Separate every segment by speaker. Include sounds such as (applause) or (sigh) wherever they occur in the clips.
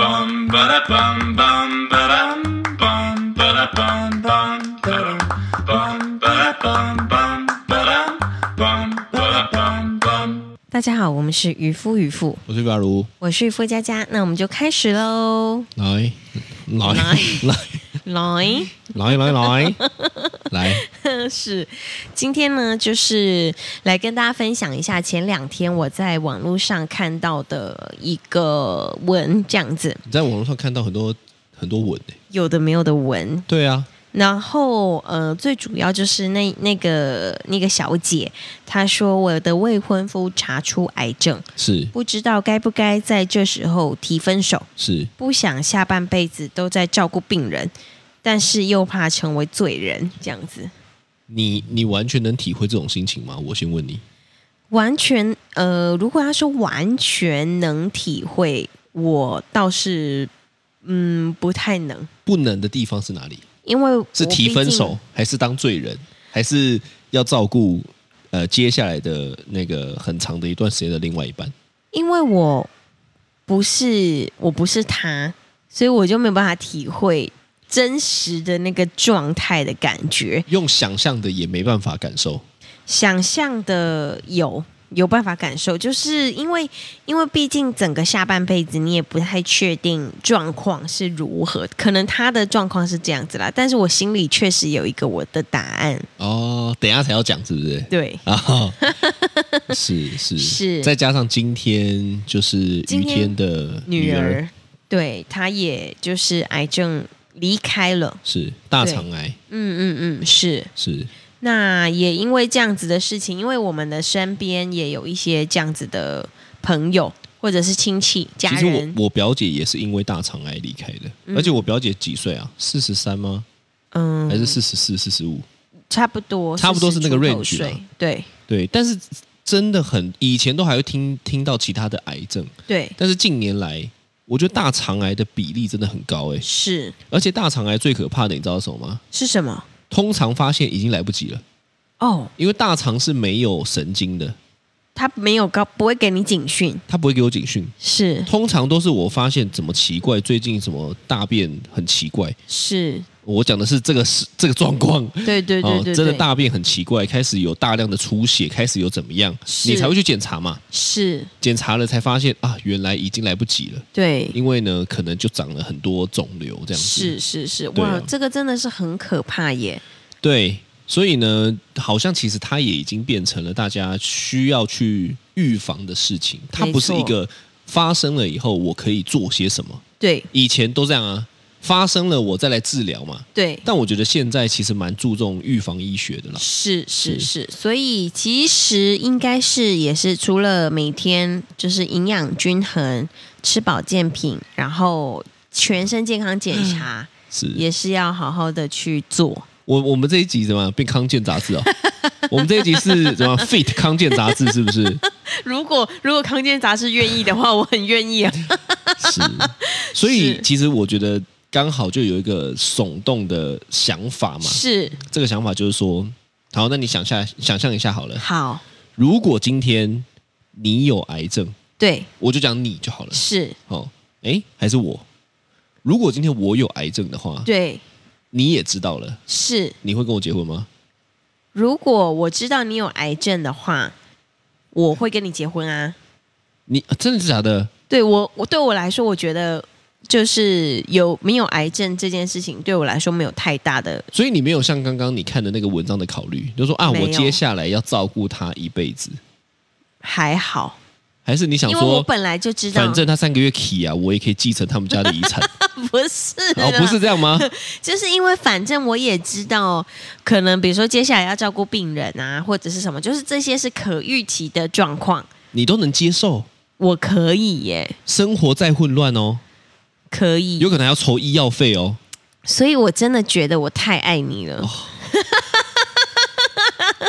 Speaker 1: bum ba da bum bum ba dum bum ba da bum bum ba dum bum ba da bum bum ba dum bum ba da bum bum.
Speaker 2: 大家好，我们是渔夫渔妇，
Speaker 3: 我是法如，
Speaker 2: 我是渔夫佳佳，那我们就开始喽。
Speaker 3: 来来
Speaker 2: 来
Speaker 3: 来
Speaker 2: 来，
Speaker 3: (laughs) 来来来 (laughs) 来，
Speaker 2: 是今天呢，就是来跟大家分享一下前两天我在网络上看到的一个文，这样子
Speaker 3: 你在网络上看到很多很多欸文诶、
Speaker 2: 有的没有的文。
Speaker 3: 对啊，
Speaker 2: 然后呃，最主要就是那那个那个小姐，她说我的未婚夫查出癌症，
Speaker 3: 是
Speaker 2: 不知道该不该在这时候提分手。
Speaker 3: 是，
Speaker 2: 不想下半辈子都在照顾病人，但是又怕成为罪人，这样子
Speaker 3: 你你完全能体会这种心情吗？我先问你，
Speaker 2: 完全呃，如果他说完全能体会，我倒是嗯不太能，
Speaker 3: 不能的地方是哪里？
Speaker 2: 因为我
Speaker 3: 是提分手，还是当罪人，还是要照顾呃接下来的那个很长的一段时间的另外一半？
Speaker 2: 毕竟，因为我不是我不是他，所以我就没有办法体会真实的那个状态的感觉，
Speaker 3: 用想象的也没办法感受，
Speaker 2: 想象的有有办法感受，就是因为因为毕竟整个下半辈子你也不太确定状况是如何，可能他的状况是这样子啦，但是我心里确实有一个我的答案，
Speaker 3: 哦，等一下才要讲是不是？
Speaker 2: 对。 (laughs)
Speaker 3: 啊，是是
Speaker 2: 是
Speaker 3: 再加上今天就是于
Speaker 2: 今天
Speaker 3: 天的
Speaker 2: 女
Speaker 3: 儿，
Speaker 2: 儿，对，她也就是癌症离开了，
Speaker 3: 是大肠癌，
Speaker 2: 嗯嗯嗯，是。
Speaker 3: 是
Speaker 2: 那也因为这样子的事情，因为我们的身边也有一些这样子的朋友或者是亲戚家
Speaker 3: 其实
Speaker 2: 人，
Speaker 3: 我我表姐也是因为大肠癌离开的，而且我表姐几岁啊？四十三吗？
Speaker 2: 嗯，
Speaker 3: 还是四十四、四十五？
Speaker 2: 差不多，
Speaker 3: 差不多是那个
Speaker 2: 40出头
Speaker 3: range
Speaker 2: 岁
Speaker 3: 啊
Speaker 2: 对
Speaker 3: 对，但是真的很，以前都还会听听到其他的癌症，
Speaker 2: 对
Speaker 3: 但是近年来，我觉得大肠癌的比例真的很高哎、
Speaker 2: 是
Speaker 3: 而且大肠癌最可怕的，你知道是什么吗？
Speaker 2: 是什么？
Speaker 3: 通常发现已经来不及了，
Speaker 2: 哦，
Speaker 3: 因为大肠是没有神经的，
Speaker 2: 他没有告，不会给你警讯，
Speaker 3: 它不会给我警讯。
Speaker 2: 是
Speaker 3: 通常都是我发现怎么奇怪，最近什么大便很奇怪。
Speaker 2: 是，
Speaker 3: 我讲的是这个是这个状况，哦
Speaker 2: 对对对对对，
Speaker 3: 真的大便很奇怪，开始有大量的出血，开始有怎么样，
Speaker 2: 是
Speaker 3: 你才会去检查嘛。
Speaker 2: 是，
Speaker 3: 检查了才发现啊，原来已经来不及了，
Speaker 2: 对，
Speaker 3: 因为呢，可能就长了很多肿瘤这样子。
Speaker 2: 是，是是，
Speaker 3: 对
Speaker 2: 哇
Speaker 3: 啊，
Speaker 2: 这个真的是很可怕耶，
Speaker 3: 对，所以呢，好像其实它也已经变成了大家需要去预防的事情，它
Speaker 2: 没
Speaker 3: 不是
Speaker 2: 错
Speaker 3: 一个发生了以后我可以做些什么。
Speaker 2: 对
Speaker 3: 以前都这样啊，发生了我再来治疗嘛。
Speaker 2: 对。
Speaker 3: 但我觉得现在其实蛮注重预防医学的啦。
Speaker 2: 是是
Speaker 3: 是
Speaker 2: 是，所以其实应该是也是除了每天就是营养均衡、吃保健品，然后全身健康检查，
Speaker 3: 是
Speaker 2: 也是要好好的去做。
Speaker 3: 我我们这一集怎么样变康健
Speaker 2: (laughs)
Speaker 3: 杂志哦？我们这一集是怎么样 fit 康健杂志是不是？
Speaker 2: 如果如果康健杂志愿意的话，我很愿意啊。 (laughs)
Speaker 3: 是，所以
Speaker 2: 是
Speaker 3: 其实我觉得刚好就有一个耸动的想法嘛。
Speaker 2: 是，
Speaker 3: 这个想法 (laughs) 就是说，好，那你想下想象一下好了，
Speaker 2: 好，
Speaker 3: 如果今天你有癌症，
Speaker 2: 对，
Speaker 3: 我就讲你就好了。
Speaker 2: 是，
Speaker 3: 哦，诶，还是我？如果今天我有癌症的话，
Speaker 2: 对，
Speaker 3: 你也知道了，
Speaker 2: 是。
Speaker 3: 你会跟我结婚吗？
Speaker 2: 如果我知道你有癌症的话，我会跟你结婚啊。
Speaker 3: 你啊真的是假的？
Speaker 2: 对我，我对我来说，我觉得就是有没有癌症这件事情，对我来说没有太大的
Speaker 3: 所以你没有像刚刚你看的那个文章的考虑，就说啊，
Speaker 2: 没有
Speaker 3: 我接下来要照顾他一辈子，
Speaker 2: 还好，
Speaker 3: 还是你想
Speaker 2: 因为我
Speaker 3: 说，
Speaker 2: 本来就知道，
Speaker 3: 反正他三个月起啊，我也可以继承他们家的遗产，
Speaker 2: (laughs)
Speaker 3: 哦
Speaker 2: 不是啦、
Speaker 3: 哦，不是这样吗？
Speaker 2: 就是因为反正我也知道，可能比如说接下来要照顾病人啊，或者是什么，就是这些是可预期的状况，
Speaker 3: 你都能接受，
Speaker 2: 我可以耶，
Speaker 3: 生活再混乱哦，
Speaker 2: 可以
Speaker 3: 有，可能还要筹医药费哦。
Speaker 2: 所以我真的觉得我太爱你了，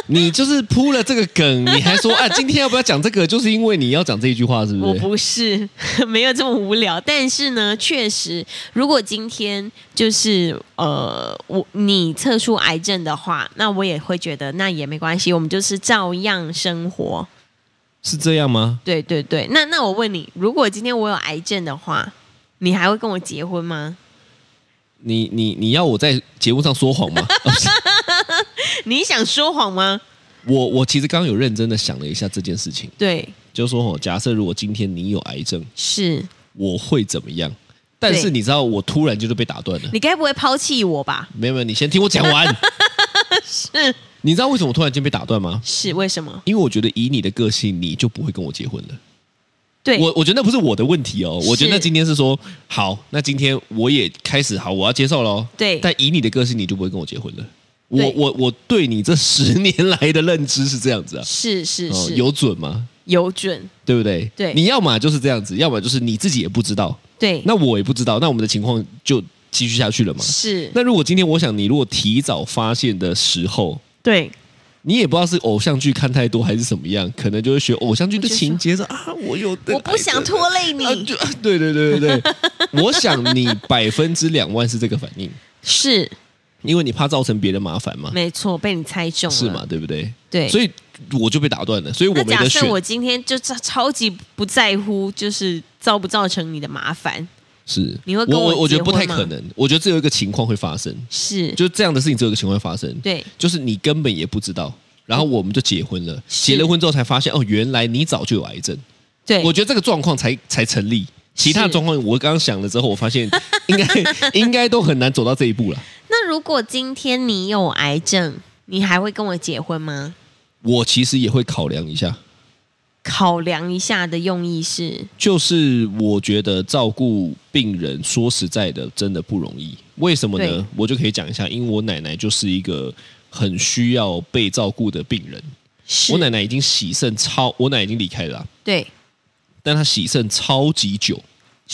Speaker 3: 你就是铺了这个
Speaker 2: (laughs)
Speaker 3: 梗，你还说啊，今天要不要讲这个？就是因为你要讲这一句话，是
Speaker 2: 我
Speaker 3: 不是？
Speaker 2: 不是 (laughs) 没有这么无聊，但是呢，确实，如果今天就是呃，我你测出癌症的话，那我也会觉得那也没关系，我们就是照样生活。
Speaker 3: 是这样吗？
Speaker 2: 对对对，那那我问你，如果今天我有癌症的话，你还会跟我结婚吗？
Speaker 3: 你你你要我在节目上说谎吗？ (laughs) 啊不是
Speaker 2: 你想说谎吗？
Speaker 3: 我我其实刚刚有认真的想了一下这件事情，
Speaker 2: 对，
Speaker 3: 就说哦，假设如果今天你有癌症，
Speaker 2: 是
Speaker 3: 我会怎么样？但是
Speaker 2: 对
Speaker 3: 你知道，我突然就是被打断了。
Speaker 2: 你该不会抛弃我吧？
Speaker 3: 没有没有，你先听我讲完。
Speaker 2: (laughs) 是
Speaker 3: 你知道为什么我突然间被打断吗？
Speaker 2: 是，为什么？
Speaker 3: 因为我觉得以你的个性，你就不会跟我结婚了。
Speaker 2: 对，
Speaker 3: 我我觉得那不是我的问题哦，
Speaker 2: 是
Speaker 3: 我觉得那今天是说，好，那今天我也开始好，我要接受喽。
Speaker 2: 对
Speaker 3: 但以你的个性，你就不会跟我结婚了。我
Speaker 2: 对
Speaker 3: 我我对你这十年来的认知是这样子啊，
Speaker 2: 是是
Speaker 3: 哦
Speaker 2: 是，
Speaker 3: 有准吗？
Speaker 2: 有准，
Speaker 3: 对不对？
Speaker 2: 对
Speaker 3: 你要么就是这样子，要么就是你自己也不知道，
Speaker 2: 对，
Speaker 3: 那我也不知道，那我们的情况就继续下去了嘛。
Speaker 2: 是，
Speaker 3: 那如果今天我想你，如果提早发现的时候，
Speaker 2: 对，
Speaker 3: 你也不知道是偶像剧看太多还是怎么样，可能就会学偶像剧的情节说啊，我有得
Speaker 2: 我不想拖累你
Speaker 3: 啊，就啊对对对
Speaker 2: (laughs)
Speaker 3: 对对，我想你百分之两万是这个反应，
Speaker 2: 是
Speaker 3: 因为你怕造成别人麻烦嘛，
Speaker 2: 没错，被你猜中了，
Speaker 3: 是嘛？？对不对？
Speaker 2: 对，
Speaker 3: 所
Speaker 2: 以
Speaker 3: 以我就被打断了，所以我
Speaker 2: 那
Speaker 3: 没
Speaker 2: 假
Speaker 3: 得选
Speaker 2: 设。我今天就超超级不在乎，就是造不造成你的麻烦，
Speaker 3: 是，
Speaker 2: 你会跟
Speaker 3: 我
Speaker 2: 我
Speaker 3: 我我觉
Speaker 2: 结婚
Speaker 3: 得不太
Speaker 2: 吗
Speaker 3: 可能，我觉得只有一个情况会发生，
Speaker 2: 是，
Speaker 3: 就这样的事情只有一个情况会发生，
Speaker 2: 对，
Speaker 3: 就是你根本也不知道。然后我们就结婚了，结了婚之后才发现，哦，原来你早就有癌症。
Speaker 2: 对，
Speaker 3: 我觉得这个状况才才成立，其他的
Speaker 2: 是
Speaker 3: 状况我刚刚想了之后，我发现应该 (laughs) 应该都很难走到这一步了。
Speaker 2: 那如果今天你有癌症，你还会跟我结婚吗？
Speaker 3: 我其实也会考量一下，
Speaker 2: 考量一下的用意是，
Speaker 3: 就是我觉得照顾病人，说实在的，真的不容易。为什么
Speaker 2: 对
Speaker 3: 呢？我就可以讲一下，因为我奶奶就是一个很需要被照顾的病人。
Speaker 2: 是
Speaker 3: 我奶奶已经洗肾超，我奶奶已经离开了啊，
Speaker 2: 对，
Speaker 3: 但她洗肾超级久。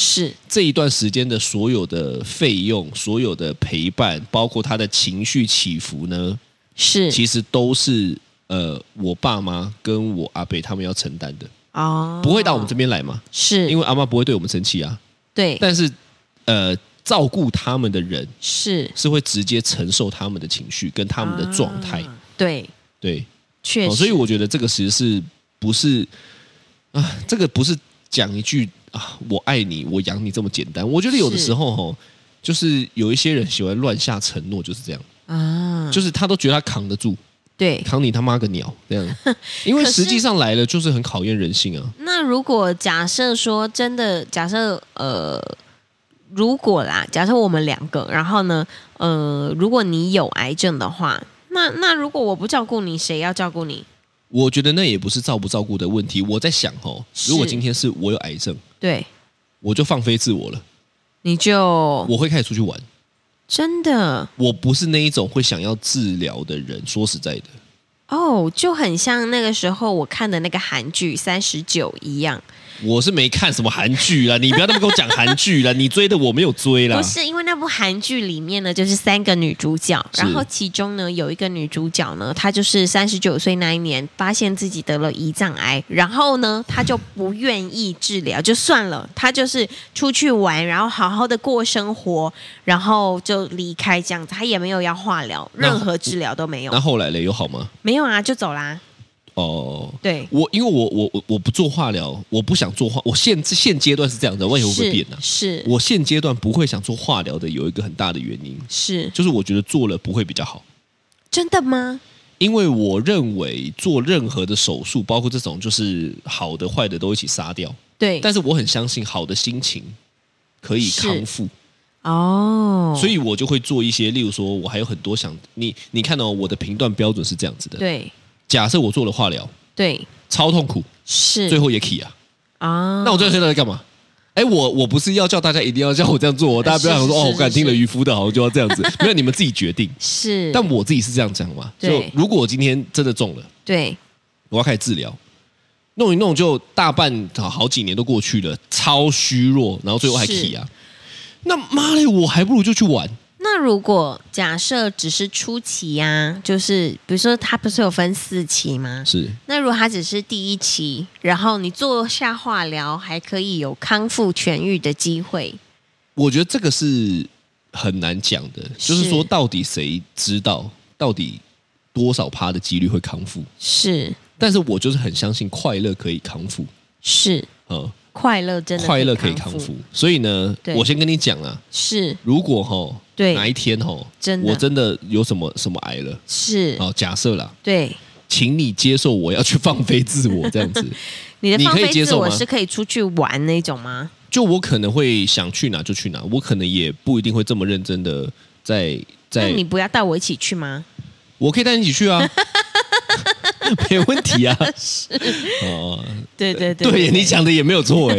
Speaker 2: 是
Speaker 3: 这一段时间的所有的费用、所有的陪伴，包括她的情绪起伏呢，
Speaker 2: 是
Speaker 3: 其实都是呃我爸妈跟我阿伯他们要承担的，
Speaker 2: 哦，嗯
Speaker 3: 不会到我们这边来嘛，
Speaker 2: 是，
Speaker 3: 因
Speaker 2: 为
Speaker 3: 为阿妈不会对我们生气啊。
Speaker 2: 对
Speaker 3: 但是呃，照顾他们的人
Speaker 2: 是
Speaker 3: 是会直接承受他们的情绪跟他们的状态，
Speaker 2: 啊对，
Speaker 3: 对、
Speaker 2: 确实，
Speaker 3: 哦所以我觉得这个其实是不是啊，这个不是讲一句啊我爱你我养你这么简单，我觉得有的
Speaker 2: 是
Speaker 3: 时候吼。就是有一些人喜欢乱下承诺，就是这样，
Speaker 2: 啊，
Speaker 3: 就是他都觉得他扛得住，
Speaker 2: 对。
Speaker 3: 扛你他妈个鸟
Speaker 2: (laughs)
Speaker 3: 这样，因为实际上来了就是很考验人性啊。
Speaker 2: 那如果假设说真的，假设呃，如果啦，假设我们两个，然后呢，呃，如果你有癌症的话，那那如果我不照顾你，谁要照顾你？
Speaker 3: 我觉得那也不是照不照顾的问题，我在想哦，
Speaker 2: 是
Speaker 3: 如果今天是我有癌症，
Speaker 2: 对，
Speaker 3: 我就放飞自我了，
Speaker 2: 你就
Speaker 3: 我会开始出去玩。
Speaker 2: 真的
Speaker 3: 我不是那一种会想要治疗的人，说实在的，
Speaker 2: 哦，就很像那个时候我看的那个韩剧《三十九》一样，
Speaker 3: 我是没看什么韩剧啦，你不要那么跟我讲韩剧啦，你追的我没有追啦
Speaker 2: 不。是因为那部韩剧里面呢，就是三个女主角，
Speaker 3: 是
Speaker 2: 然后其中呢有一个女主角呢，她就是三十九岁那一年发现自己得了胰脏癌，然后呢她就不愿意治疗，就算了，她就是出去玩，然后好好的过生活，然后就离开这样子，她也没有要化疗，
Speaker 3: 那
Speaker 2: 任何治疗都没有
Speaker 3: 那，后来嘞，有好吗？
Speaker 2: 没有啊，就走啦。
Speaker 3: 哦，
Speaker 2: 对，
Speaker 3: 我因为我我我我不做化疗，我不想做化，我现现阶段是这样子，万一会不啊会
Speaker 2: 是
Speaker 3: 变呢、
Speaker 2: 是
Speaker 3: 我现阶段不会想做化疗的，有一个很大的原因，
Speaker 2: 是，
Speaker 3: 就是我觉得做了不会比较好，
Speaker 2: 真的吗？
Speaker 3: 因为我认为做任何的手术，包括这种就是好的坏的都一起杀掉，
Speaker 2: 对，
Speaker 3: 但是我很相信好的心情可以
Speaker 2: 是
Speaker 3: 康复，
Speaker 2: 哦，
Speaker 3: 所以我就会做一些，例如说我还有很多想你你看哦，我的评断标准是这样子的，
Speaker 2: 对
Speaker 3: 假设我做了化疗，
Speaker 2: 对
Speaker 3: 超痛苦，
Speaker 2: 是
Speaker 3: 最后也 key 啊，
Speaker 2: 啊，
Speaker 3: 那我这段时间在干嘛？哎，我我不是要叫大家一定要叫我这样做哦，大家不要想
Speaker 2: (laughs)
Speaker 3: 说
Speaker 2: 是是
Speaker 3: 哦，
Speaker 2: 是
Speaker 3: 我敢听了
Speaker 2: 是
Speaker 3: 渔夫的，好像就要
Speaker 2: (laughs)
Speaker 3: 这样子，没有，你们自己决定。
Speaker 2: 是，
Speaker 3: 但我自己是这样讲嘛，就
Speaker 2: 对
Speaker 3: 如果我今天真的中了，
Speaker 2: 对。
Speaker 3: 我要开始治疗，弄一弄就大半好好几年都过去了，超虚弱，然后最后还
Speaker 2: 是
Speaker 3: key 啊，那妈嘞，我还不如就去玩。
Speaker 2: 那如果假设只是初期呀、啊，就是比如说它不是有分四期吗？
Speaker 3: 是
Speaker 2: 那如果它只是第一期，然后你做下化疗，还可以有康复痊愈的机会，
Speaker 3: 我觉得这个是很难讲的，就是
Speaker 2: 是
Speaker 3: 说到底谁知道到底多少趴的几率会康复？
Speaker 2: 是
Speaker 3: 但是我就是很相信快乐可以康复，
Speaker 2: 是，
Speaker 3: 嗯，
Speaker 2: 快乐真的
Speaker 3: 快乐可以康复。所以呢，
Speaker 2: 对
Speaker 3: 我先跟你讲啦，
Speaker 2: 是
Speaker 3: 如果吼，
Speaker 2: 对
Speaker 3: 哪一天吼，
Speaker 2: 真的
Speaker 3: 我真的有什么什么癌了，
Speaker 2: 是，
Speaker 3: 哦，假设啦，
Speaker 2: 对，
Speaker 3: 请你接受我要去放飞自我这
Speaker 2: (laughs)
Speaker 3: 样子，
Speaker 2: 你的
Speaker 3: 你
Speaker 2: 放
Speaker 3: 可以
Speaker 2: 飞
Speaker 3: 接
Speaker 2: 自
Speaker 3: 受
Speaker 2: 我
Speaker 3: 吗
Speaker 2: 是可以出去玩那种吗？
Speaker 3: 就我可能会想去哪就去哪，我可能也不一定会这么认真的在
Speaker 2: 那
Speaker 3: 在，
Speaker 2: 你不要带我一起去吗？
Speaker 3: 我可以带你一起
Speaker 2: (laughs)
Speaker 3: 去啊，没问题啊，哦，
Speaker 2: 对对对，
Speaker 3: 对，你讲的也没有
Speaker 2: (laughs)
Speaker 3: 错哎，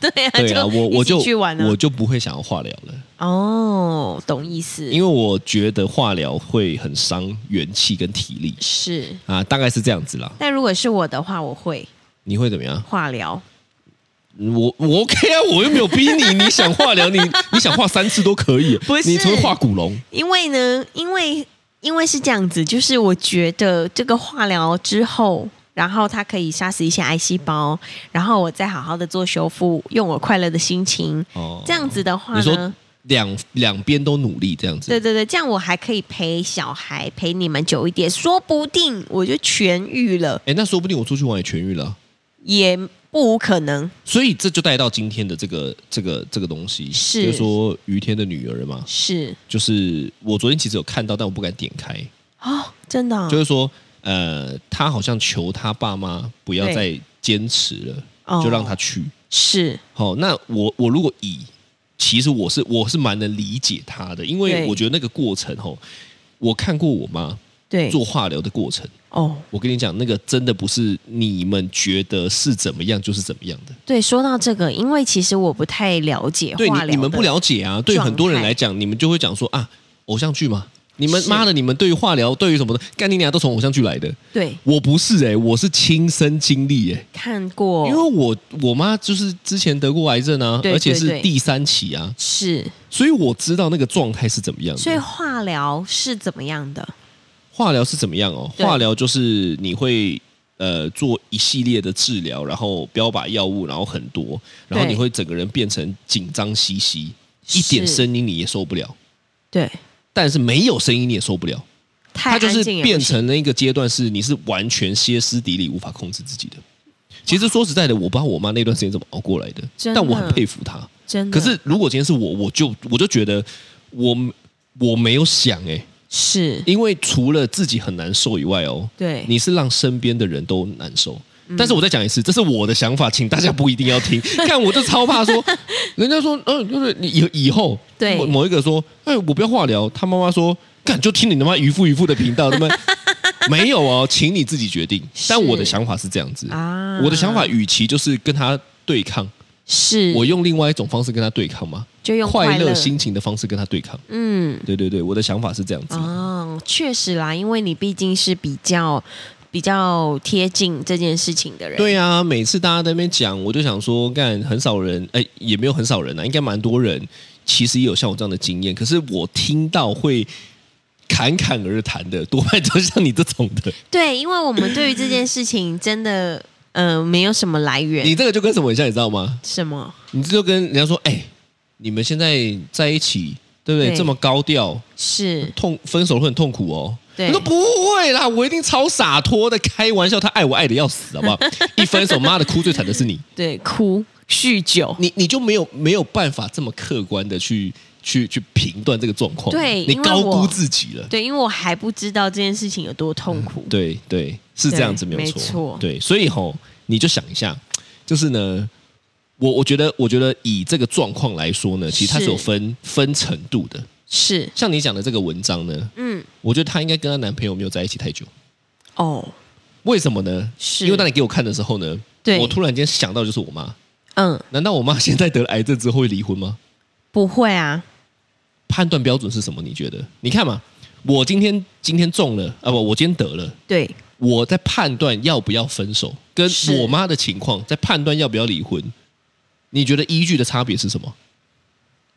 Speaker 2: 对啊，
Speaker 3: 对啊，我我
Speaker 2: 一起
Speaker 3: 就
Speaker 2: 去玩
Speaker 3: 我
Speaker 2: 了。
Speaker 3: 就不会想要化疗了，
Speaker 2: 哦，懂意思，
Speaker 3: 因为我觉得化疗会很伤元气跟体力
Speaker 2: 是。
Speaker 3: 啊，大概是这样子啦。
Speaker 2: 但如果是我的话，我会
Speaker 3: 你会怎么样？
Speaker 2: 化疗。
Speaker 3: 我我 OK 啊，我又没有逼
Speaker 2: (laughs)
Speaker 3: 你，你想化疗，你你想化三次都可以，
Speaker 2: 不是
Speaker 3: 你从化古龙，
Speaker 2: 因为呢，因为因为是这样子，就是我觉得这个化疗之后，然后它可以杀死一些癌细胞，然后我再好好的做修复，用我快乐的心情，
Speaker 3: 哦
Speaker 2: 这样子的话
Speaker 3: 你说
Speaker 2: 呢，
Speaker 3: 两两边都努力这样子，
Speaker 2: 对对对，这样我还可以陪小孩陪你们久一点，说不定我就痊愈了，
Speaker 3: 哎，那说不定我出去玩也痊愈了。
Speaker 2: 也不无可能。
Speaker 3: 所以这就带到今天的这个这个这个东西，
Speaker 2: 是
Speaker 3: 就是说于天的女儿嘛，
Speaker 2: 是
Speaker 3: 就是我昨天其实有看到，但我不敢点开，
Speaker 2: 哦，真的哦、
Speaker 3: 就是说呃，她好像求她爸妈不要
Speaker 2: 对
Speaker 3: 再坚持了，
Speaker 2: 哦
Speaker 3: 就让她去。
Speaker 2: 是
Speaker 3: 好、那我我如果以，其实我是我是蛮能理解他的，因为
Speaker 2: 对
Speaker 3: 我觉得那个过程哦，我看过我妈
Speaker 2: 对
Speaker 3: 做化疗的过程，
Speaker 2: 哦，
Speaker 3: 我跟你讲，那个真的不是你们觉得是怎么样就是怎么样的，
Speaker 2: 对，说到这个，因为其实我不太了解
Speaker 3: 对
Speaker 2: 化疗
Speaker 3: 你你们
Speaker 2: 的
Speaker 3: 不了解啊，对
Speaker 2: 状态
Speaker 3: 很多人来讲，你们就会讲说啊，偶像剧嘛。你们
Speaker 2: 是
Speaker 3: 妈的！你们对于化疗，对于什么的，干你娘都从偶像剧来的。
Speaker 2: 对
Speaker 3: 我不是哎、我是亲身经历哎、
Speaker 2: 看过，
Speaker 3: 因为我我妈就是之前得过癌症啊，
Speaker 2: 哦对
Speaker 3: 而且
Speaker 2: 对
Speaker 3: 是
Speaker 2: 对
Speaker 3: 第三期啊。
Speaker 2: 是，
Speaker 3: 所以我知道那个状态是怎么样的。
Speaker 2: 所以化疗是怎么样的？
Speaker 3: 化疗是怎么样哦？
Speaker 2: 对
Speaker 3: 化疗就是你会呃做一系列的治疗，然后标靶药物，然后很多，然后
Speaker 2: 对
Speaker 3: 你会整个人变成紧张兮兮，一
Speaker 2: 是
Speaker 3: 点声音你也受不了，
Speaker 2: 对，
Speaker 3: 但是没有声音你也受不了。
Speaker 2: 太
Speaker 3: 它
Speaker 2: 安
Speaker 3: 就是
Speaker 2: 静也不
Speaker 3: 变
Speaker 2: 行
Speaker 3: 成那个阶段，是你是完全歇斯底里，无法控制自己的。其实说实在的，我不知道我妈那段时间怎么熬过来的，
Speaker 2: 真的
Speaker 3: 但我很佩服她。
Speaker 2: 真的，
Speaker 3: 可是如果今天是我，我就我就觉得我我没有想哎、
Speaker 2: 是
Speaker 3: 因为除了自己很难受以外哦，
Speaker 2: 对嗯
Speaker 3: 你是让身边的人都难受。但是我再讲一次，这是我的想法，请大家不一定
Speaker 2: (laughs)
Speaker 3: 要听。看，我就超怕说，人家说，嗯、就是你以以后，
Speaker 2: 对
Speaker 3: 某某一个说，哎、我不要化疗，他妈妈说，干就听你他妈渔夫渔夫的频道，
Speaker 2: (laughs)
Speaker 3: 他妈没有哦，请你自己决定。但我的想法是这样子
Speaker 2: 啊
Speaker 3: 我的想法与其就是跟他对抗，
Speaker 2: 是，
Speaker 3: 我用另外一种方式跟他对抗嘛，
Speaker 2: 就嗯用
Speaker 3: 快
Speaker 2: 快
Speaker 3: 乐
Speaker 2: 乐
Speaker 3: 心情的方式跟他对抗。
Speaker 2: 嗯
Speaker 3: 对对对，我的想法是这样子。
Speaker 2: 哦，确实啦，因为你毕竟是比较比较贴近这件事情的人，
Speaker 3: 对啊，每次大家在那边讲，我就想说，干很少人，哎，也没有很少人啊，应该蛮多人，其实也有像我这样的经验。可是我听到会侃侃而谈的，多半都像你这种的。
Speaker 2: 对，因为我们对于这件事情真的呃没有什么来源，
Speaker 3: 你这个就跟什么很像，你知道吗？
Speaker 2: 什么
Speaker 3: 你这就跟人家说，哎，你们现在在一起，对不对？
Speaker 2: 对
Speaker 3: 这么高调，
Speaker 2: 是
Speaker 3: 痛分手会很痛苦哦。
Speaker 2: 对
Speaker 3: 我说不会啦，我一定超洒脱的，开玩笑，他爱我爱的要死，好不好？一分手，妈的，哭最惨的是你。
Speaker 2: 对哭酗酒，
Speaker 3: 你你就没有没有办法这么客观的去去去评断这个状况，
Speaker 2: 对
Speaker 3: 你
Speaker 2: 因为
Speaker 3: 高估
Speaker 2: 我
Speaker 3: 自己了。
Speaker 2: 对，因为我还不知道这件事情有多痛苦，
Speaker 3: 嗯对对，是这样子，
Speaker 2: 对
Speaker 3: 没有
Speaker 2: 没错
Speaker 3: 对，所以吼，你就想一下，就是呢，我我觉得，我觉得以这个状况来说呢，其实它是
Speaker 2: 是
Speaker 3: 有分分程度的。
Speaker 2: 是
Speaker 3: 像你讲的这个文章呢，
Speaker 2: 嗯
Speaker 3: 我觉得她应该跟她男朋友没有在一起太久。
Speaker 2: 哦
Speaker 3: 为什么呢？
Speaker 2: 是，
Speaker 3: 因为当你给我看的时候呢，
Speaker 2: 对
Speaker 3: 我突然间想到就是我妈。
Speaker 2: 嗯
Speaker 3: 难道我妈现在得了癌症之后会离婚吗？
Speaker 2: 不会啊，
Speaker 3: 判断标准是什么？你觉得？你看嘛，我今天今天中了啊，不，我今天得了，
Speaker 2: 对
Speaker 3: 我在判断要不要分手，跟
Speaker 2: 是
Speaker 3: 我妈的情况在判断要不要离婚。你觉得依据的差别是什么？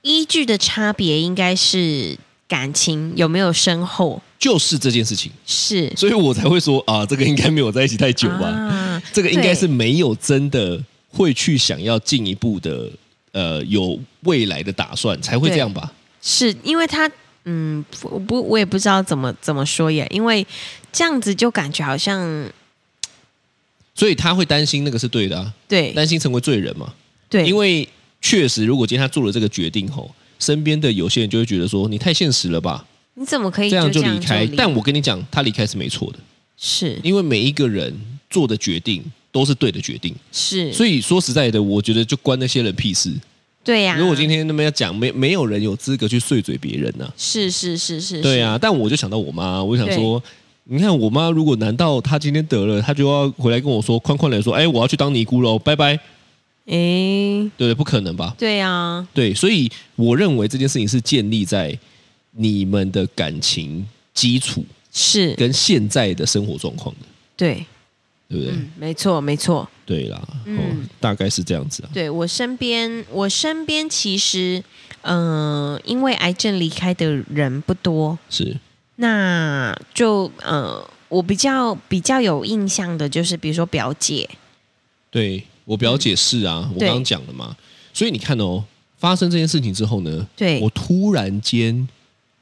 Speaker 2: 依据的差别应该是感情有没有深厚，
Speaker 3: 就是这件事情，
Speaker 2: 是
Speaker 3: 所以我才会说啊，这个应该没有在一起太久吧，
Speaker 2: 啊
Speaker 3: 这个应该
Speaker 2: 对
Speaker 3: 是没有真的会去想要进一步的，呃，有未来的打算才会这样吧？
Speaker 2: 是因为他，嗯，我不，我也不知道怎么怎么说耶，因为这样子就感觉好像
Speaker 3: 所以他会担心那个是对的、啊，
Speaker 2: 对
Speaker 3: 担心成为罪人嘛。
Speaker 2: 对，
Speaker 3: 因
Speaker 2: 为
Speaker 3: 为确实，如果今天他做了这个决定后，身边的有些人就会觉得说你太现实了吧，
Speaker 2: 你怎么可以
Speaker 3: 这样
Speaker 2: 哎就
Speaker 3: 就
Speaker 2: 这
Speaker 3: 离开。
Speaker 2: 离
Speaker 3: 但我跟你讲，他离开是没错的，
Speaker 2: 是
Speaker 3: 因为每一个人做的决定都是对的决定。
Speaker 2: 是，
Speaker 3: 所
Speaker 2: 以
Speaker 3: 以说实在的，我觉得就关那些人屁事。
Speaker 2: 对呀、
Speaker 3: 如果今天那么要讲，没没有人有资格去碎嘴别人呐、啊
Speaker 2: 是是是是，
Speaker 3: 对啊，但我就想到我妈，我想说，你看我妈，如果难道她今天得了，她就要回来跟我说，宽宽的说，哎，我要去当尼姑喽，拜拜，
Speaker 2: 是，诶，
Speaker 3: 对不对？不可能吧？
Speaker 2: 对啊，
Speaker 3: 对，所以我认为这件事情是建立在你们的感情基础
Speaker 2: 是，
Speaker 3: 跟现在的生活状况的，
Speaker 2: 对，
Speaker 3: 对不对？
Speaker 2: 嗯，没错没错，
Speaker 3: 对啦，哦
Speaker 2: 嗯，
Speaker 3: 大概是这样子啊。
Speaker 2: 对我身边，我身边其实，嗯、因为癌症离开的人不多，
Speaker 3: 是
Speaker 2: 那就呃，我比较比较有印象的就是，比如说表姐，
Speaker 3: 对我表姐是啊，我
Speaker 2: 嗯对
Speaker 3: 刚刚讲了嘛，所以你看哦，发生这件事情之后呢，
Speaker 2: 对
Speaker 3: 我突然间，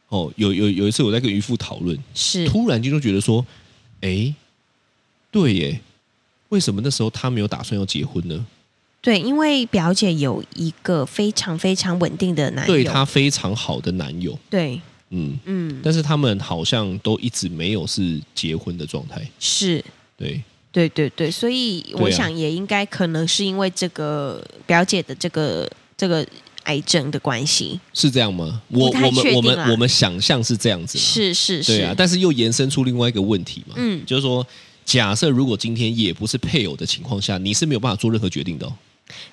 Speaker 3: 哦，有有有一次我在跟渔夫讨论，
Speaker 2: 是
Speaker 3: 突然间就觉得说，哎，对耶，为什么那时候他没有打算要结婚呢？
Speaker 2: 对，因为表姐有一个非常非常稳定的男友，
Speaker 3: 对她非常好的男友，
Speaker 2: 对
Speaker 3: 嗯，
Speaker 2: 嗯，
Speaker 3: 但是他们好像都一直没有是结婚的状态，
Speaker 2: 是。
Speaker 3: 对
Speaker 2: 对对对，所以我
Speaker 3: 对啊
Speaker 2: 想也应该可能是因为这个表姐的这个这个癌症的关系，
Speaker 3: 是这样吗？我
Speaker 2: 不太
Speaker 3: 我们
Speaker 2: 确定
Speaker 3: 我们
Speaker 2: 啦
Speaker 3: 我们想象是这样子啦，
Speaker 2: 是是是，
Speaker 3: 对啊，但是又延伸出另外一个问题嘛，
Speaker 2: 嗯
Speaker 3: 就是说，假设如果今天也不是配偶的情况下，你是没有办法做任何决定的、哦，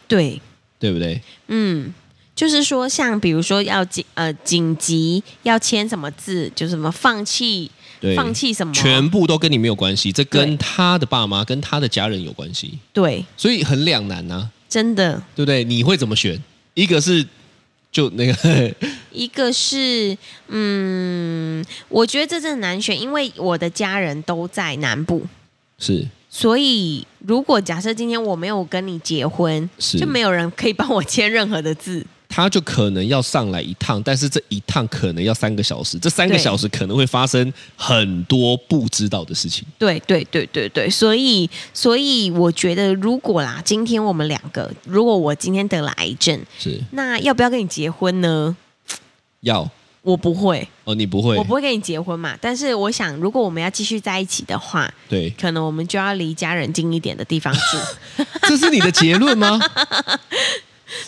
Speaker 2: 对，
Speaker 3: 对不对？
Speaker 2: 嗯，就是说，像比如说要紧呃紧急要签什么字，就什么放弃
Speaker 3: 对，
Speaker 2: 放弃什么，
Speaker 3: 全部都跟你没有关系，这跟
Speaker 2: 对
Speaker 3: 他的爸妈、跟他的家人有关系，
Speaker 2: 对，
Speaker 3: 所以很两难呐、
Speaker 2: 真的，
Speaker 3: 对不对？你会怎么选？一个是就那个 (laughs)
Speaker 2: 一个是嗯，我觉得这真的难选，因为我的家人都在南部，
Speaker 3: 是
Speaker 2: 所以如果假设今天我没有跟你结婚，
Speaker 3: 是
Speaker 2: 就没有人可以帮我签任何的字，
Speaker 3: 他就可能要上来一趟，但是这一趟可能要三个小时，这三个
Speaker 2: 对
Speaker 3: 小时可能会发生很多不知道的事情。
Speaker 2: 对对对对对，所以所以我觉得，如果啦，今天我们两个，如果我今天得了癌症，
Speaker 3: 是
Speaker 2: 那要不要跟你结婚呢？
Speaker 3: 要
Speaker 2: 我不会，
Speaker 3: 哦，你不会，
Speaker 2: 我不会跟你结婚嘛。但是我想，如果我们要继续在一起的话，
Speaker 3: 对，
Speaker 2: 可能我们就要离家人近一点的地方
Speaker 3: (laughs)
Speaker 2: 住，
Speaker 3: 这是你的结
Speaker 2: (laughs)
Speaker 3: 论吗？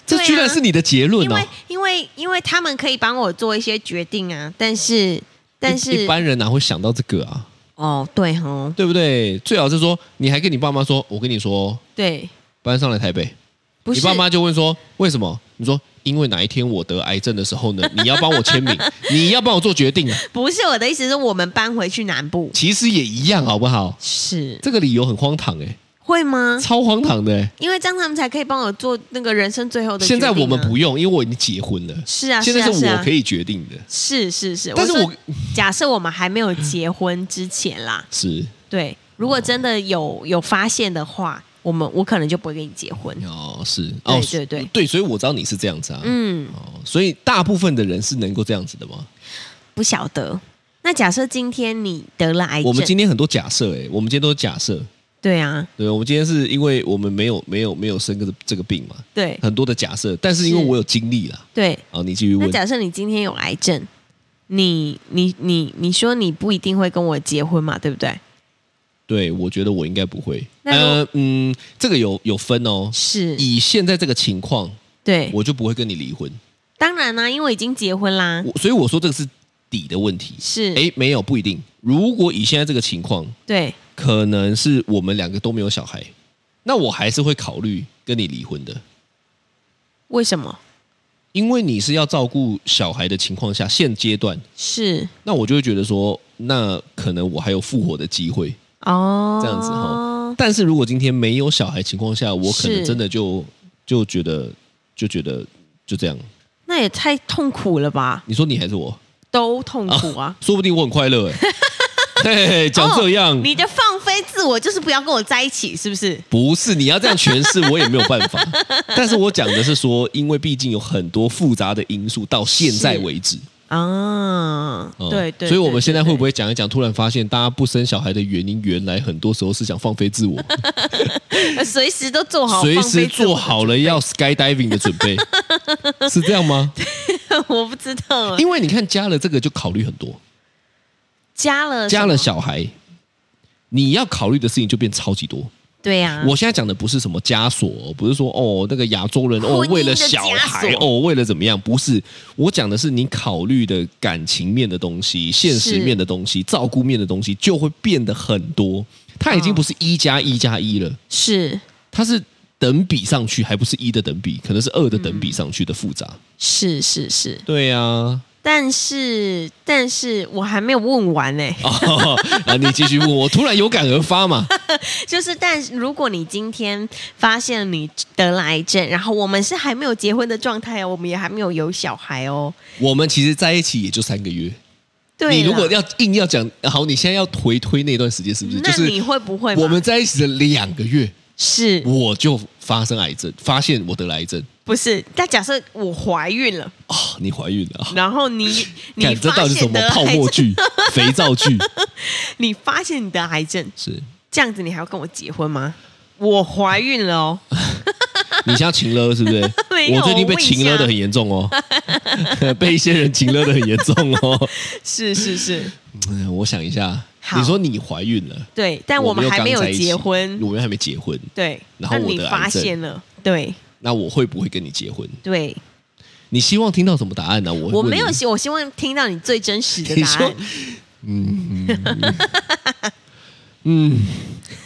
Speaker 3: 这居然是你的结论
Speaker 2: 啊因为！因
Speaker 3: 哦
Speaker 2: 为因为他们可以帮我做一些决定啊。但是但
Speaker 3: 一一
Speaker 2: 是
Speaker 3: 般人哪会想到这个啊？
Speaker 2: 哦，对哦，
Speaker 3: 对不对？最好是说，你还跟你爸妈说，我跟你说，
Speaker 2: 对，
Speaker 3: 搬上来台北。
Speaker 2: 不
Speaker 3: 你
Speaker 2: 是
Speaker 3: 爸妈就问说，为什么？你说，因为哪一天我得癌症的时候呢，你要帮我签名，你要帮我做决定。
Speaker 2: 不是我的意思是我们搬回去南部
Speaker 3: 其实也一样，好不好？
Speaker 2: 是
Speaker 3: 这个理由很荒唐哎、
Speaker 2: 会吗？
Speaker 3: 超荒唐的、欸。
Speaker 2: 因为这样他们才可以帮我做那个人生最后的、决
Speaker 3: 现在
Speaker 2: 定啊
Speaker 3: 我们不用，因为我已经结婚了。
Speaker 2: 是啊，
Speaker 3: 现在
Speaker 2: 是啊
Speaker 3: 是
Speaker 2: 是
Speaker 3: 我
Speaker 2: 啊
Speaker 3: 可以决定的。
Speaker 2: 是是是，
Speaker 3: 但是
Speaker 2: 说
Speaker 3: 我
Speaker 2: 假设我们还没有结婚之前啦，
Speaker 3: 是
Speaker 2: 对，如果真的有有发现的话，我们我可能就不会跟你结婚。
Speaker 3: 哦，是哦，
Speaker 2: 对对对
Speaker 3: 对，所以我知道你是这样子啊。
Speaker 2: 嗯，
Speaker 3: 哦，所以大部分的人是能够这样子的吗？
Speaker 2: 不晓得。那假设今天你得了癌症，
Speaker 3: 我们今天很多假设，哎，我们今天都是假设，
Speaker 2: 对啊，
Speaker 3: 对，我们今天是因为我们没有没有没有生个这个病嘛，
Speaker 2: 对
Speaker 3: 很多的假设，但是因为
Speaker 2: 哎是
Speaker 3: 我有经历啦，
Speaker 2: 对。
Speaker 3: 啊，你继续
Speaker 2: 那
Speaker 3: 问，
Speaker 2: 假设你今天有癌症，你你你你说你不一定会跟我结婚嘛，对不对？
Speaker 3: 对我觉得我应该不会，
Speaker 2: 那如
Speaker 3: 呃嗯，这个有有分哦，
Speaker 2: 是，
Speaker 3: 以现在这个情况，
Speaker 2: 对，
Speaker 3: 我就不会跟你离婚，
Speaker 2: 当然啦、因为已经结婚啦，
Speaker 3: 我所以我说这个是底的问题，
Speaker 2: 是，
Speaker 3: 哎，没有不一定，如果以现在这个情况，
Speaker 2: 对，
Speaker 3: 可能是我们两个都没有小孩，那我还是会考虑跟你离婚的。
Speaker 2: 为什么？
Speaker 3: 因为你是要照顾小孩的情况下，现阶段，
Speaker 2: 是
Speaker 3: 那我就会觉得说，那可能我还有复活的机会。
Speaker 2: 哦，
Speaker 3: 这样子哈但是如果今天没有小孩情况下，我可能
Speaker 2: 是
Speaker 3: 真的就就觉得就觉得就这样。
Speaker 2: 那也太痛苦了吧？
Speaker 3: 你说你还是我，
Speaker 2: 都痛苦啊！
Speaker 3: 说不定我很快乐哎、
Speaker 2: (laughs)
Speaker 3: 嘿嘿嘿，哦讲这样、
Speaker 2: 哦你的放飞自我就是不要跟我在一起，是不是？
Speaker 3: 不是你要这样诠释，我也没有办
Speaker 2: (laughs)
Speaker 3: 法。但是我讲的是说，因为毕竟有很多复杂的因素，到现在为止，
Speaker 2: 啊，
Speaker 3: 嗯
Speaker 2: 对对，
Speaker 3: 所以我们现在会不
Speaker 2: 会
Speaker 3: 会讲一讲，突然发现大家不生小孩的原因，原来很多时候是想放飞自我，
Speaker 2: 呃随时都做 (laughs) 好，
Speaker 3: 随
Speaker 2: 放飞
Speaker 3: 时
Speaker 2: 自我
Speaker 3: 做
Speaker 2: 的
Speaker 3: 好
Speaker 2: 准
Speaker 3: 了要 skydiving 的准
Speaker 2: (laughs)
Speaker 3: 备，是这样吗？
Speaker 2: 备？ (laughs) 我不知道啊，
Speaker 3: 因为你看加了这个就考虑很多，
Speaker 2: 加了
Speaker 3: 加了
Speaker 2: 呃什么，
Speaker 3: 小孩，你要考虑的事情就变超级多。
Speaker 2: 对啊呀，
Speaker 3: 我现在讲的不是什么枷锁，不是说哦那个亚洲人哦
Speaker 2: 婚姻的
Speaker 3: 为了小孩
Speaker 2: 枷锁
Speaker 3: 哦为了怎么样，不是我讲的是你考虑的感情面的东西、现实面的东西、照顾面的东西就会变得很多。它已经不是一加一加一
Speaker 2: 嗯
Speaker 3: 了，
Speaker 2: 是
Speaker 3: 它是等比上去，还不是一的等比，可能是二的等比上去的复杂。
Speaker 2: 嗯是是是，
Speaker 3: 对呀、 (laughs) 啊，
Speaker 2: 但是但是我还没有问完呢、欸
Speaker 3: 哦，啊你继续问我，突然有感而发嘛。
Speaker 2: 就是，但如果你今天发现你得了癌症，然后我们是还没有结婚的状态哦，我们也还没有有小孩哦。
Speaker 3: 我们其实在一起也就三个月，
Speaker 2: 对啦，啊
Speaker 3: 你如果要硬要讲，好，你现在要回推那段时间是不是？
Speaker 2: 嗯
Speaker 3: 就
Speaker 2: 那
Speaker 3: 是
Speaker 2: 你会不会嘛？
Speaker 3: 我们在一起的两个月，
Speaker 2: 是
Speaker 3: 我就发生癌症，发现我得了癌症。
Speaker 2: 不是？但假设我怀孕了，
Speaker 3: 哦，你怀孕了啊？
Speaker 2: 然后
Speaker 3: (laughs)
Speaker 2: 你你
Speaker 3: 看这
Speaker 2: 发
Speaker 3: 到底是什
Speaker 2: 现
Speaker 3: 么
Speaker 2: 得
Speaker 3: 泡
Speaker 2: 癌
Speaker 3: 沫
Speaker 2: 症， (laughs)
Speaker 3: 剧、肥皂剧？
Speaker 2: 你发现你得癌症，
Speaker 3: 是
Speaker 2: 这样子你还要跟我结婚吗？我怀孕了
Speaker 3: (laughs)
Speaker 2: 哦，
Speaker 3: 你现在情勒是不是
Speaker 2: (laughs) 没？有
Speaker 3: 我最近被情勒
Speaker 2: 我问一下
Speaker 3: 的很严重哦， (laughs) 被一些人情勒的很严重
Speaker 2: (laughs)
Speaker 3: 哦。
Speaker 2: 是是是，
Speaker 3: 嗯我想一下，
Speaker 2: 好
Speaker 3: 你说你怀孕了，
Speaker 2: 对，但
Speaker 3: 我
Speaker 2: 们还
Speaker 3: 没
Speaker 2: 没
Speaker 3: 有
Speaker 2: 有
Speaker 3: 刚在一起
Speaker 2: 结婚，
Speaker 3: 我们还没结婚，
Speaker 2: 对，
Speaker 3: 然后
Speaker 2: 那
Speaker 3: 我
Speaker 2: 你
Speaker 3: 得
Speaker 2: 发
Speaker 3: 癌症
Speaker 2: 现了，对
Speaker 3: 那我会不会跟你结婚？
Speaker 2: 对，
Speaker 3: 你希望听到什么答案呢、我
Speaker 2: 我
Speaker 3: 我
Speaker 2: 没有希，我希望听到你最真实的
Speaker 3: 你
Speaker 2: 答
Speaker 3: 说
Speaker 2: 案。，
Speaker 3: (laughs) 嗯嗯嗯，嗯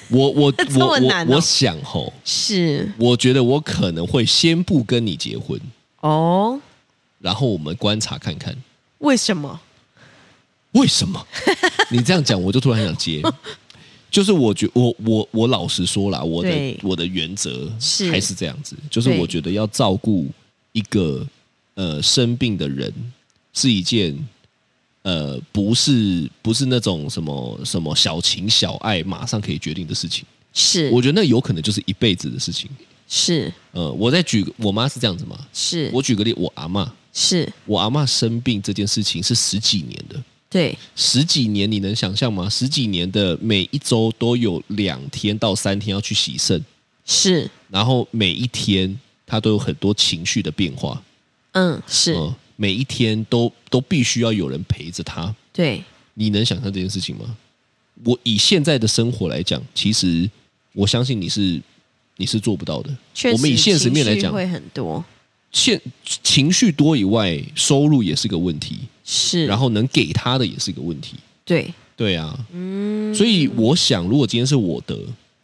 Speaker 3: 我
Speaker 2: (laughs)
Speaker 3: 我
Speaker 2: 这
Speaker 3: 我
Speaker 2: 么
Speaker 3: 我
Speaker 2: 难哦
Speaker 3: 我想吼，
Speaker 2: 是
Speaker 3: 我觉得我可能会先不跟你结婚，
Speaker 2: 哦，
Speaker 3: 然后我们观察看看
Speaker 2: 为什么？
Speaker 3: 为
Speaker 2: (laughs)
Speaker 3: 什么你这样讲，我就突然想接。就是我觉我我我老实说啦，我的
Speaker 2: 对
Speaker 3: 我的原则
Speaker 2: 是
Speaker 3: 还是这样子，就是
Speaker 2: 对
Speaker 3: 我觉得要照顾一个呃生病的人是一件呃不是不是那种什么什么小情小爱马上可以决定的事情，
Speaker 2: 是
Speaker 3: 我觉得那有可能就是一辈子的事情。
Speaker 2: 是
Speaker 3: 呃，我再举个我妈是这样子嘛，
Speaker 2: 是
Speaker 3: 我举个例，我阿嬷，
Speaker 2: 是
Speaker 3: 我阿嬷生病这件事情是十几年的，
Speaker 2: 对
Speaker 3: 十几年你能想象吗？十几年的每一周都有两天到三天要去洗肾，
Speaker 2: 是
Speaker 3: 然后每一天她都有很多情绪的变化，
Speaker 2: 嗯是、
Speaker 3: 嗯，每一天都都必须要有人陪着她。
Speaker 2: 对
Speaker 3: 你能想象这件事情吗？我以现在的生活来讲，其实我相信你是你是做不到的。
Speaker 2: 确实
Speaker 3: 我们以现实面来
Speaker 2: 情绪
Speaker 3: 讲，
Speaker 2: 会很多
Speaker 3: 现情绪多以外，收入也是个问题，
Speaker 2: 是，
Speaker 3: 然后能给他的也是个问题。
Speaker 2: 对
Speaker 3: 对啊，
Speaker 2: 嗯
Speaker 3: 所以我想，如果今天是我的，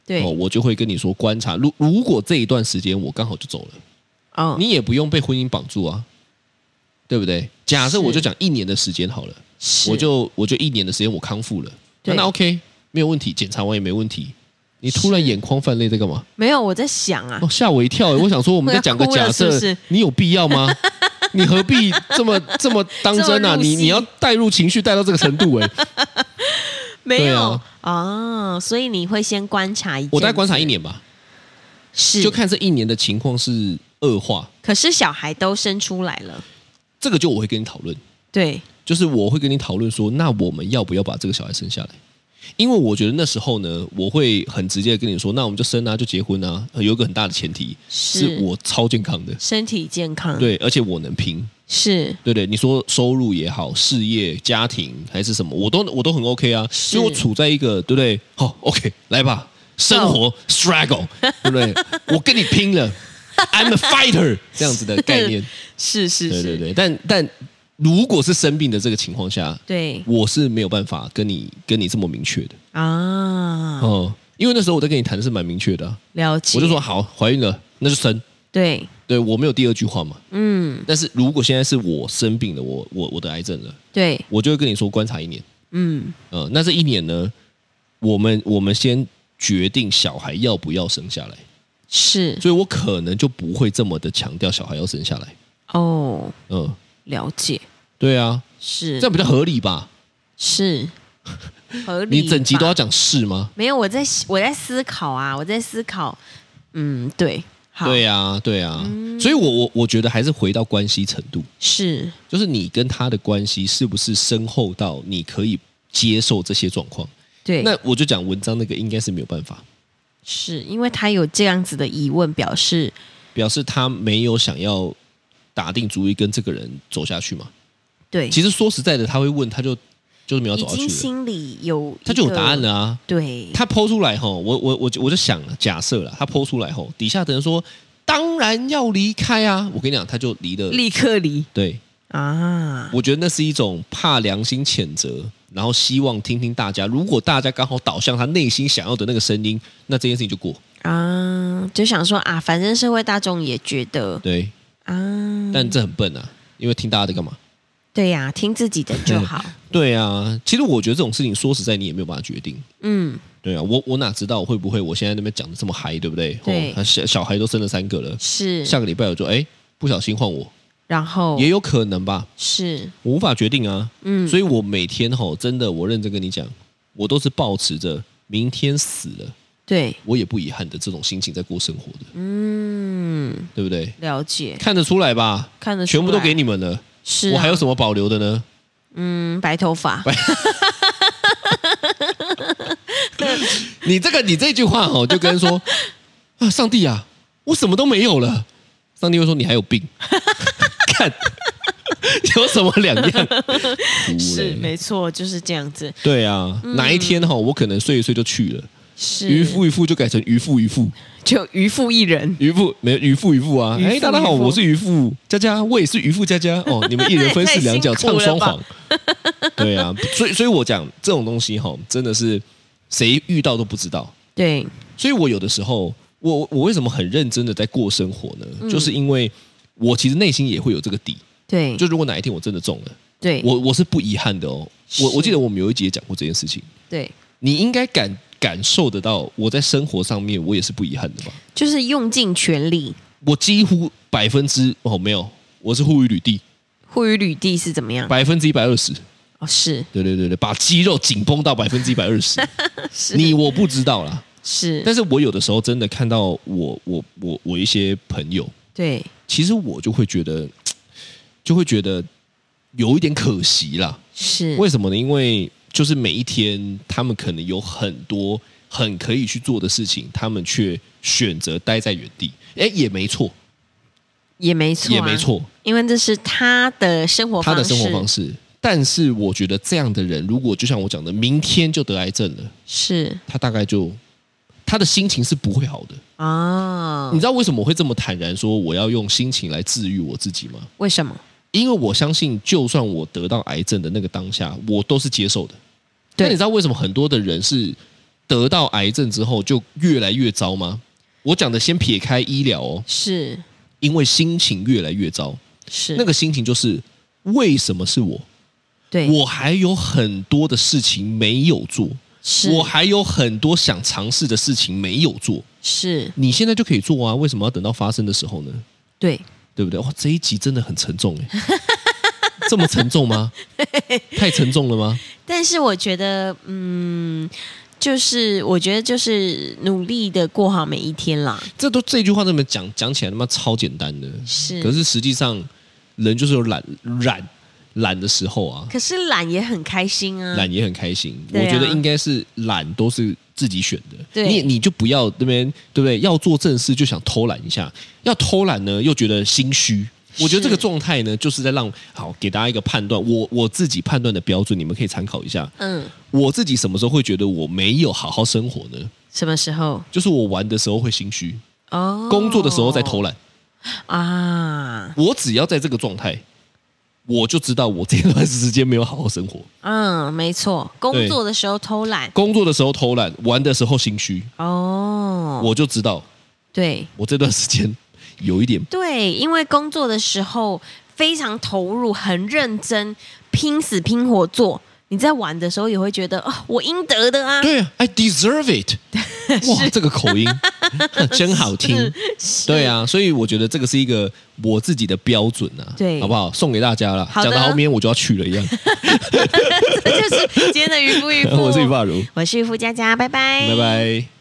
Speaker 2: 对
Speaker 3: 哦，
Speaker 2: 哦
Speaker 3: 我就会跟你说观察。如如果这一段时间我刚好就走了，
Speaker 2: 哦
Speaker 3: 哦
Speaker 2: 嗯
Speaker 3: 你也不用被婚姻绑住啊，对不对？假设
Speaker 2: 是
Speaker 3: 我就讲一年的时间好了，
Speaker 2: 是
Speaker 3: 我就我就一年的时间我康复了，那
Speaker 2: 对
Speaker 3: 那 OK 没有问题，检查完也没问题。你突然
Speaker 2: 是
Speaker 3: 眼眶泛泪在干嘛？
Speaker 2: 没有我在想啊
Speaker 3: 哦，，吓我
Speaker 2: (laughs)
Speaker 3: 一跳欸！我想说，我们在讲个假设，
Speaker 2: 我要哭了是不是
Speaker 3: 你有必
Speaker 2: (laughs)
Speaker 3: 要吗？你何必这么这么当真
Speaker 2: 这么
Speaker 3: 啊？
Speaker 2: 入
Speaker 3: 你
Speaker 2: 戏
Speaker 3: 你要带入情绪带到这个程
Speaker 2: (laughs)
Speaker 3: 度哎、
Speaker 2: 没
Speaker 3: 对
Speaker 2: 有
Speaker 3: 啊
Speaker 2: 啊、哦，所以你会先观察一阵子，
Speaker 3: 我大概观察一年吧，
Speaker 2: 是
Speaker 3: 就看这一年的情况是恶化，
Speaker 2: 可是小孩都生出来了，
Speaker 3: 这个就我会跟你讨论，
Speaker 2: 对
Speaker 3: 就是我会跟你讨论说，那我们要不要把这个小孩生下来？因为我觉得那时候呢，我会很直接的跟你说，那我们就生啊，就结婚啊。有一个很大的前提是我超健康的，
Speaker 2: 身体健康，
Speaker 3: 对，而且我能拼。
Speaker 2: 是
Speaker 3: 对不对，你说收入也好，事业、家庭还是什么，我都我都很 OK 啊，
Speaker 2: 是
Speaker 3: 因为我处在一个对不对？好、o k 来吧，生活 struggle，对不对？我跟你拼了，I'm a fighter 这样子的概念，
Speaker 2: (laughs) 是是
Speaker 3: 对
Speaker 2: 是，
Speaker 3: 对对。但但如果是生病的这个情况下，
Speaker 2: 对
Speaker 3: 我是没有办法跟你跟你这么明确的
Speaker 2: 啊，
Speaker 3: 哦、因为那时候我在跟你谈是蛮明确的啊、
Speaker 2: 了解，
Speaker 3: 我就说好，怀孕了那就生，
Speaker 2: 对，
Speaker 3: 对我没有第二句话嘛。
Speaker 2: 嗯，
Speaker 3: 但是如果现在是我生病了，我我我的癌症了。
Speaker 2: 对，
Speaker 3: 我就会跟你说观察一年。
Speaker 2: 嗯，
Speaker 3: 呃，那这一年呢，我们我们先决定小孩要不要生下来，
Speaker 2: 是
Speaker 3: 所以我可能就不会这么的强调小孩要生下来。
Speaker 2: 哦，
Speaker 3: 嗯、
Speaker 2: 了解，
Speaker 3: 对啊，
Speaker 2: 是
Speaker 3: 这样比较合理吧？ (laughs)
Speaker 2: 是合理
Speaker 3: 你
Speaker 2: 吧。
Speaker 3: 整集都要讲是吗？
Speaker 2: 没有？我在我在思考啊，我在思考，嗯，对，好，
Speaker 3: 对啊，对啊，所以我我我觉得还是回到关系程度，
Speaker 2: 是
Speaker 3: 就是你跟他的关系是不是深厚到你可以接受这些状况？
Speaker 2: 对，
Speaker 3: 那我就讲文章那个应该是没有办法，
Speaker 2: 是因为他有这样子的疑问，表示
Speaker 3: 表示他没有想要打定主意跟这个人走下去嘛。
Speaker 2: 对，
Speaker 3: 其实说实在的，他会问，他就就是没有
Speaker 2: 已
Speaker 3: 走下去
Speaker 2: 经
Speaker 3: 了，
Speaker 2: 心里有
Speaker 3: 他就有
Speaker 2: 一个
Speaker 3: 答案了，啊。
Speaker 2: 对，
Speaker 3: 他剖出来吼，我我我就我就想了，假设了，他剖出来吼，底下的人说当然要离开啊，我跟你讲，他就离了。
Speaker 2: 立刻离
Speaker 3: 对，
Speaker 2: 啊，
Speaker 3: 我觉得那是一种怕良心谴责，然后希望听听大家，如果大家刚好导向他内心想要的那个声音，那这件事情就过。
Speaker 2: 啊，就想说啊，反正社会大众也觉得
Speaker 3: 对，
Speaker 2: 啊，
Speaker 3: 但这很笨啊，因为听大家在干嘛？
Speaker 2: 对呀、听自己的就
Speaker 3: (laughs)
Speaker 2: 好。
Speaker 3: 对啊，其实我觉得这种事情说实在，你也没有办法决定。
Speaker 2: 嗯，
Speaker 3: 对啊，我我哪知道会不会我现在那边讲的这么嗨，对不对？
Speaker 2: 对
Speaker 3: 哦他小小孩都生了三个了，
Speaker 2: 是，
Speaker 3: 下个礼拜我就哎不小心换我，
Speaker 2: 然后
Speaker 3: 也有可能吧，
Speaker 2: 是，
Speaker 3: 我无法决定啊。
Speaker 2: 哦嗯，
Speaker 3: 所以我每天吼、真的，我认真跟你讲，我都是保持着明天死了
Speaker 2: 对，
Speaker 3: 我也不遗憾的这种心情在过生活的，
Speaker 2: 嗯，
Speaker 3: 对不对？
Speaker 2: 了解，
Speaker 3: 看得出来吧？
Speaker 2: 看得出
Speaker 3: 全部都
Speaker 2: 来
Speaker 3: 给你们了，
Speaker 2: 是、啊，
Speaker 3: 我还有什么保留的呢？
Speaker 2: 嗯白头发， (laughs)
Speaker 3: 你这个你这句话哦，就跟说啊，上帝啊，我什么都没有了。上帝会说你还有病， (laughs) 看有什么两样？
Speaker 2: 是
Speaker 3: 哭嘞
Speaker 2: 没错，就是这样子，
Speaker 3: 对啊，哪一天哈、我可能睡一睡就去了，
Speaker 2: 是
Speaker 3: 渔夫渔夫就改成渔夫渔夫
Speaker 2: 就渔夫一人，
Speaker 3: 渔夫没有渔夫渔夫啊！
Speaker 2: 渔夫
Speaker 3: 哎，大家好，
Speaker 2: 渔夫
Speaker 3: 我是渔夫佳佳，我也是渔夫佳佳哦。
Speaker 2: (laughs)
Speaker 3: 你们一人分饰两角，
Speaker 2: 太辛
Speaker 3: 唱
Speaker 2: 苦了
Speaker 3: 双
Speaker 2: 吧
Speaker 3: 簧。 (laughs) 对啊，所以所以我讲这种东西哈、真的是谁遇到都不知道。
Speaker 2: 对，
Speaker 3: 所以我有的时候，我我为什么很认真的在过生活呢？
Speaker 2: 嗯
Speaker 3: 就是因为我其实内心也会有这个底。
Speaker 2: 对，
Speaker 3: 就如果哪一天我真的中了，
Speaker 2: 对，
Speaker 3: 我我是不遗憾的哦。我
Speaker 2: 是
Speaker 3: 我记得我们有一集也讲过这件事情，
Speaker 2: 对，
Speaker 3: 你应该感感受得到，我在生活上面我也是不遗憾的吧？
Speaker 2: 就是用尽全力。
Speaker 3: 我几乎百分之哦没有，我是护于履地
Speaker 2: 护于履地是怎么样？
Speaker 3: 百分之一百二十，
Speaker 2: 哦，是
Speaker 3: 对对对对，把肌肉紧绷到百分之一百二十。
Speaker 2: 是
Speaker 3: 你我不知道啦，
Speaker 2: 是，
Speaker 3: 但是我有的时候真的看到我我我我一些朋友，
Speaker 2: 对，
Speaker 3: 其实我就会觉得，就会觉得有一点可惜啦。
Speaker 2: 是
Speaker 3: 为什么呢？因为就是每一天，他们可能有很多很可以去做的事情，他们却选择待在原地。哎，也没错，
Speaker 2: 也没错、啊，
Speaker 3: 也没，错，
Speaker 2: 因为这是他的生活
Speaker 3: 他
Speaker 2: 方式，
Speaker 3: 的生活方式。但是我觉得这样的人，如果就像我讲的，明天就得癌症了，
Speaker 2: 是
Speaker 3: 他大概就他的心情是不会好的。
Speaker 2: 啊、
Speaker 3: 你知道为什么我会这么坦然说我要用心情来治愈我自己吗？
Speaker 2: 为什么？
Speaker 3: 因为我相信，就算我得到癌症的那个当下，我都是接受的。
Speaker 2: 对
Speaker 3: 那你知道为什么很多的人是得到癌症之后就越来越糟吗？我讲的先撇开医疗哦，
Speaker 2: 是
Speaker 3: 因为心情越来越糟，
Speaker 2: 是
Speaker 3: 那个心情就是为什么是我？
Speaker 2: 对，
Speaker 3: 我还有很多的事情没有做，
Speaker 2: 是
Speaker 3: 我还有很多想尝试的事情没有做。
Speaker 2: 是
Speaker 3: 你现在就可以做啊，为什么要等到发生的时候呢？
Speaker 2: 对，
Speaker 3: 对不对？哇，这一集真的很沉重
Speaker 2: (laughs)
Speaker 3: 哎，这么沉重吗？太沉重了吗？
Speaker 2: 但是我觉得，嗯，就是我觉得就是努力的过好每一天啦，
Speaker 3: 这都这句话这么讲讲起来他妈超简单的，
Speaker 2: 是，
Speaker 3: 可是实际上人就是有懒懒懒的时候啊，
Speaker 2: 可是懒也很开心啊，
Speaker 3: 懒也很开心。
Speaker 2: 对啊
Speaker 3: 我觉得应该是懒都是自己选的，
Speaker 2: 对
Speaker 3: 你你就不要那边对不对？要做正事就想偷懒一下，要偷懒呢又觉得心虚。我觉得
Speaker 2: 是
Speaker 3: 这个状态呢，就是在让好给大家一个判断，我我自己判断的标准，你们可以参考一下。
Speaker 2: 嗯，
Speaker 3: 我自己什么时候会觉得我没有好好生活呢？
Speaker 2: 什么时候？
Speaker 3: 就是我玩的时候会心虚，
Speaker 2: 哦，
Speaker 3: 工作的时候在偷懒。
Speaker 2: 啊，
Speaker 3: 我只要在这个状态，我就知道我这段时间没有好好生活。
Speaker 2: 嗯，没错，工
Speaker 3: 对
Speaker 2: 作的时候偷懒，
Speaker 3: 工作的时候偷懒，玩的时候心虚，
Speaker 2: 哦，
Speaker 3: 我就知道
Speaker 2: 对
Speaker 3: 我这段时间有一点
Speaker 2: 对，因为工作的时候非常投入，很认真，拼死拼活做。你在玩的时候也会觉得哦，我应得的啊，
Speaker 3: 对啊，I deserve
Speaker 2: (laughs)
Speaker 3: it。哇，这个口音真好听。
Speaker 2: 是
Speaker 3: 对，啊，所以我觉得这个是一个我自己的标准啊，
Speaker 2: 对
Speaker 3: 好不好？送给大家了，
Speaker 2: 好
Speaker 3: 讲
Speaker 2: 的
Speaker 3: 的好像明天我就要去了一样。
Speaker 2: (laughs) (laughs) 这就是今天的渔夫渔夫，
Speaker 3: (laughs) 我是于发如，
Speaker 2: 我是渔夫佳佳，拜拜，
Speaker 3: 拜拜。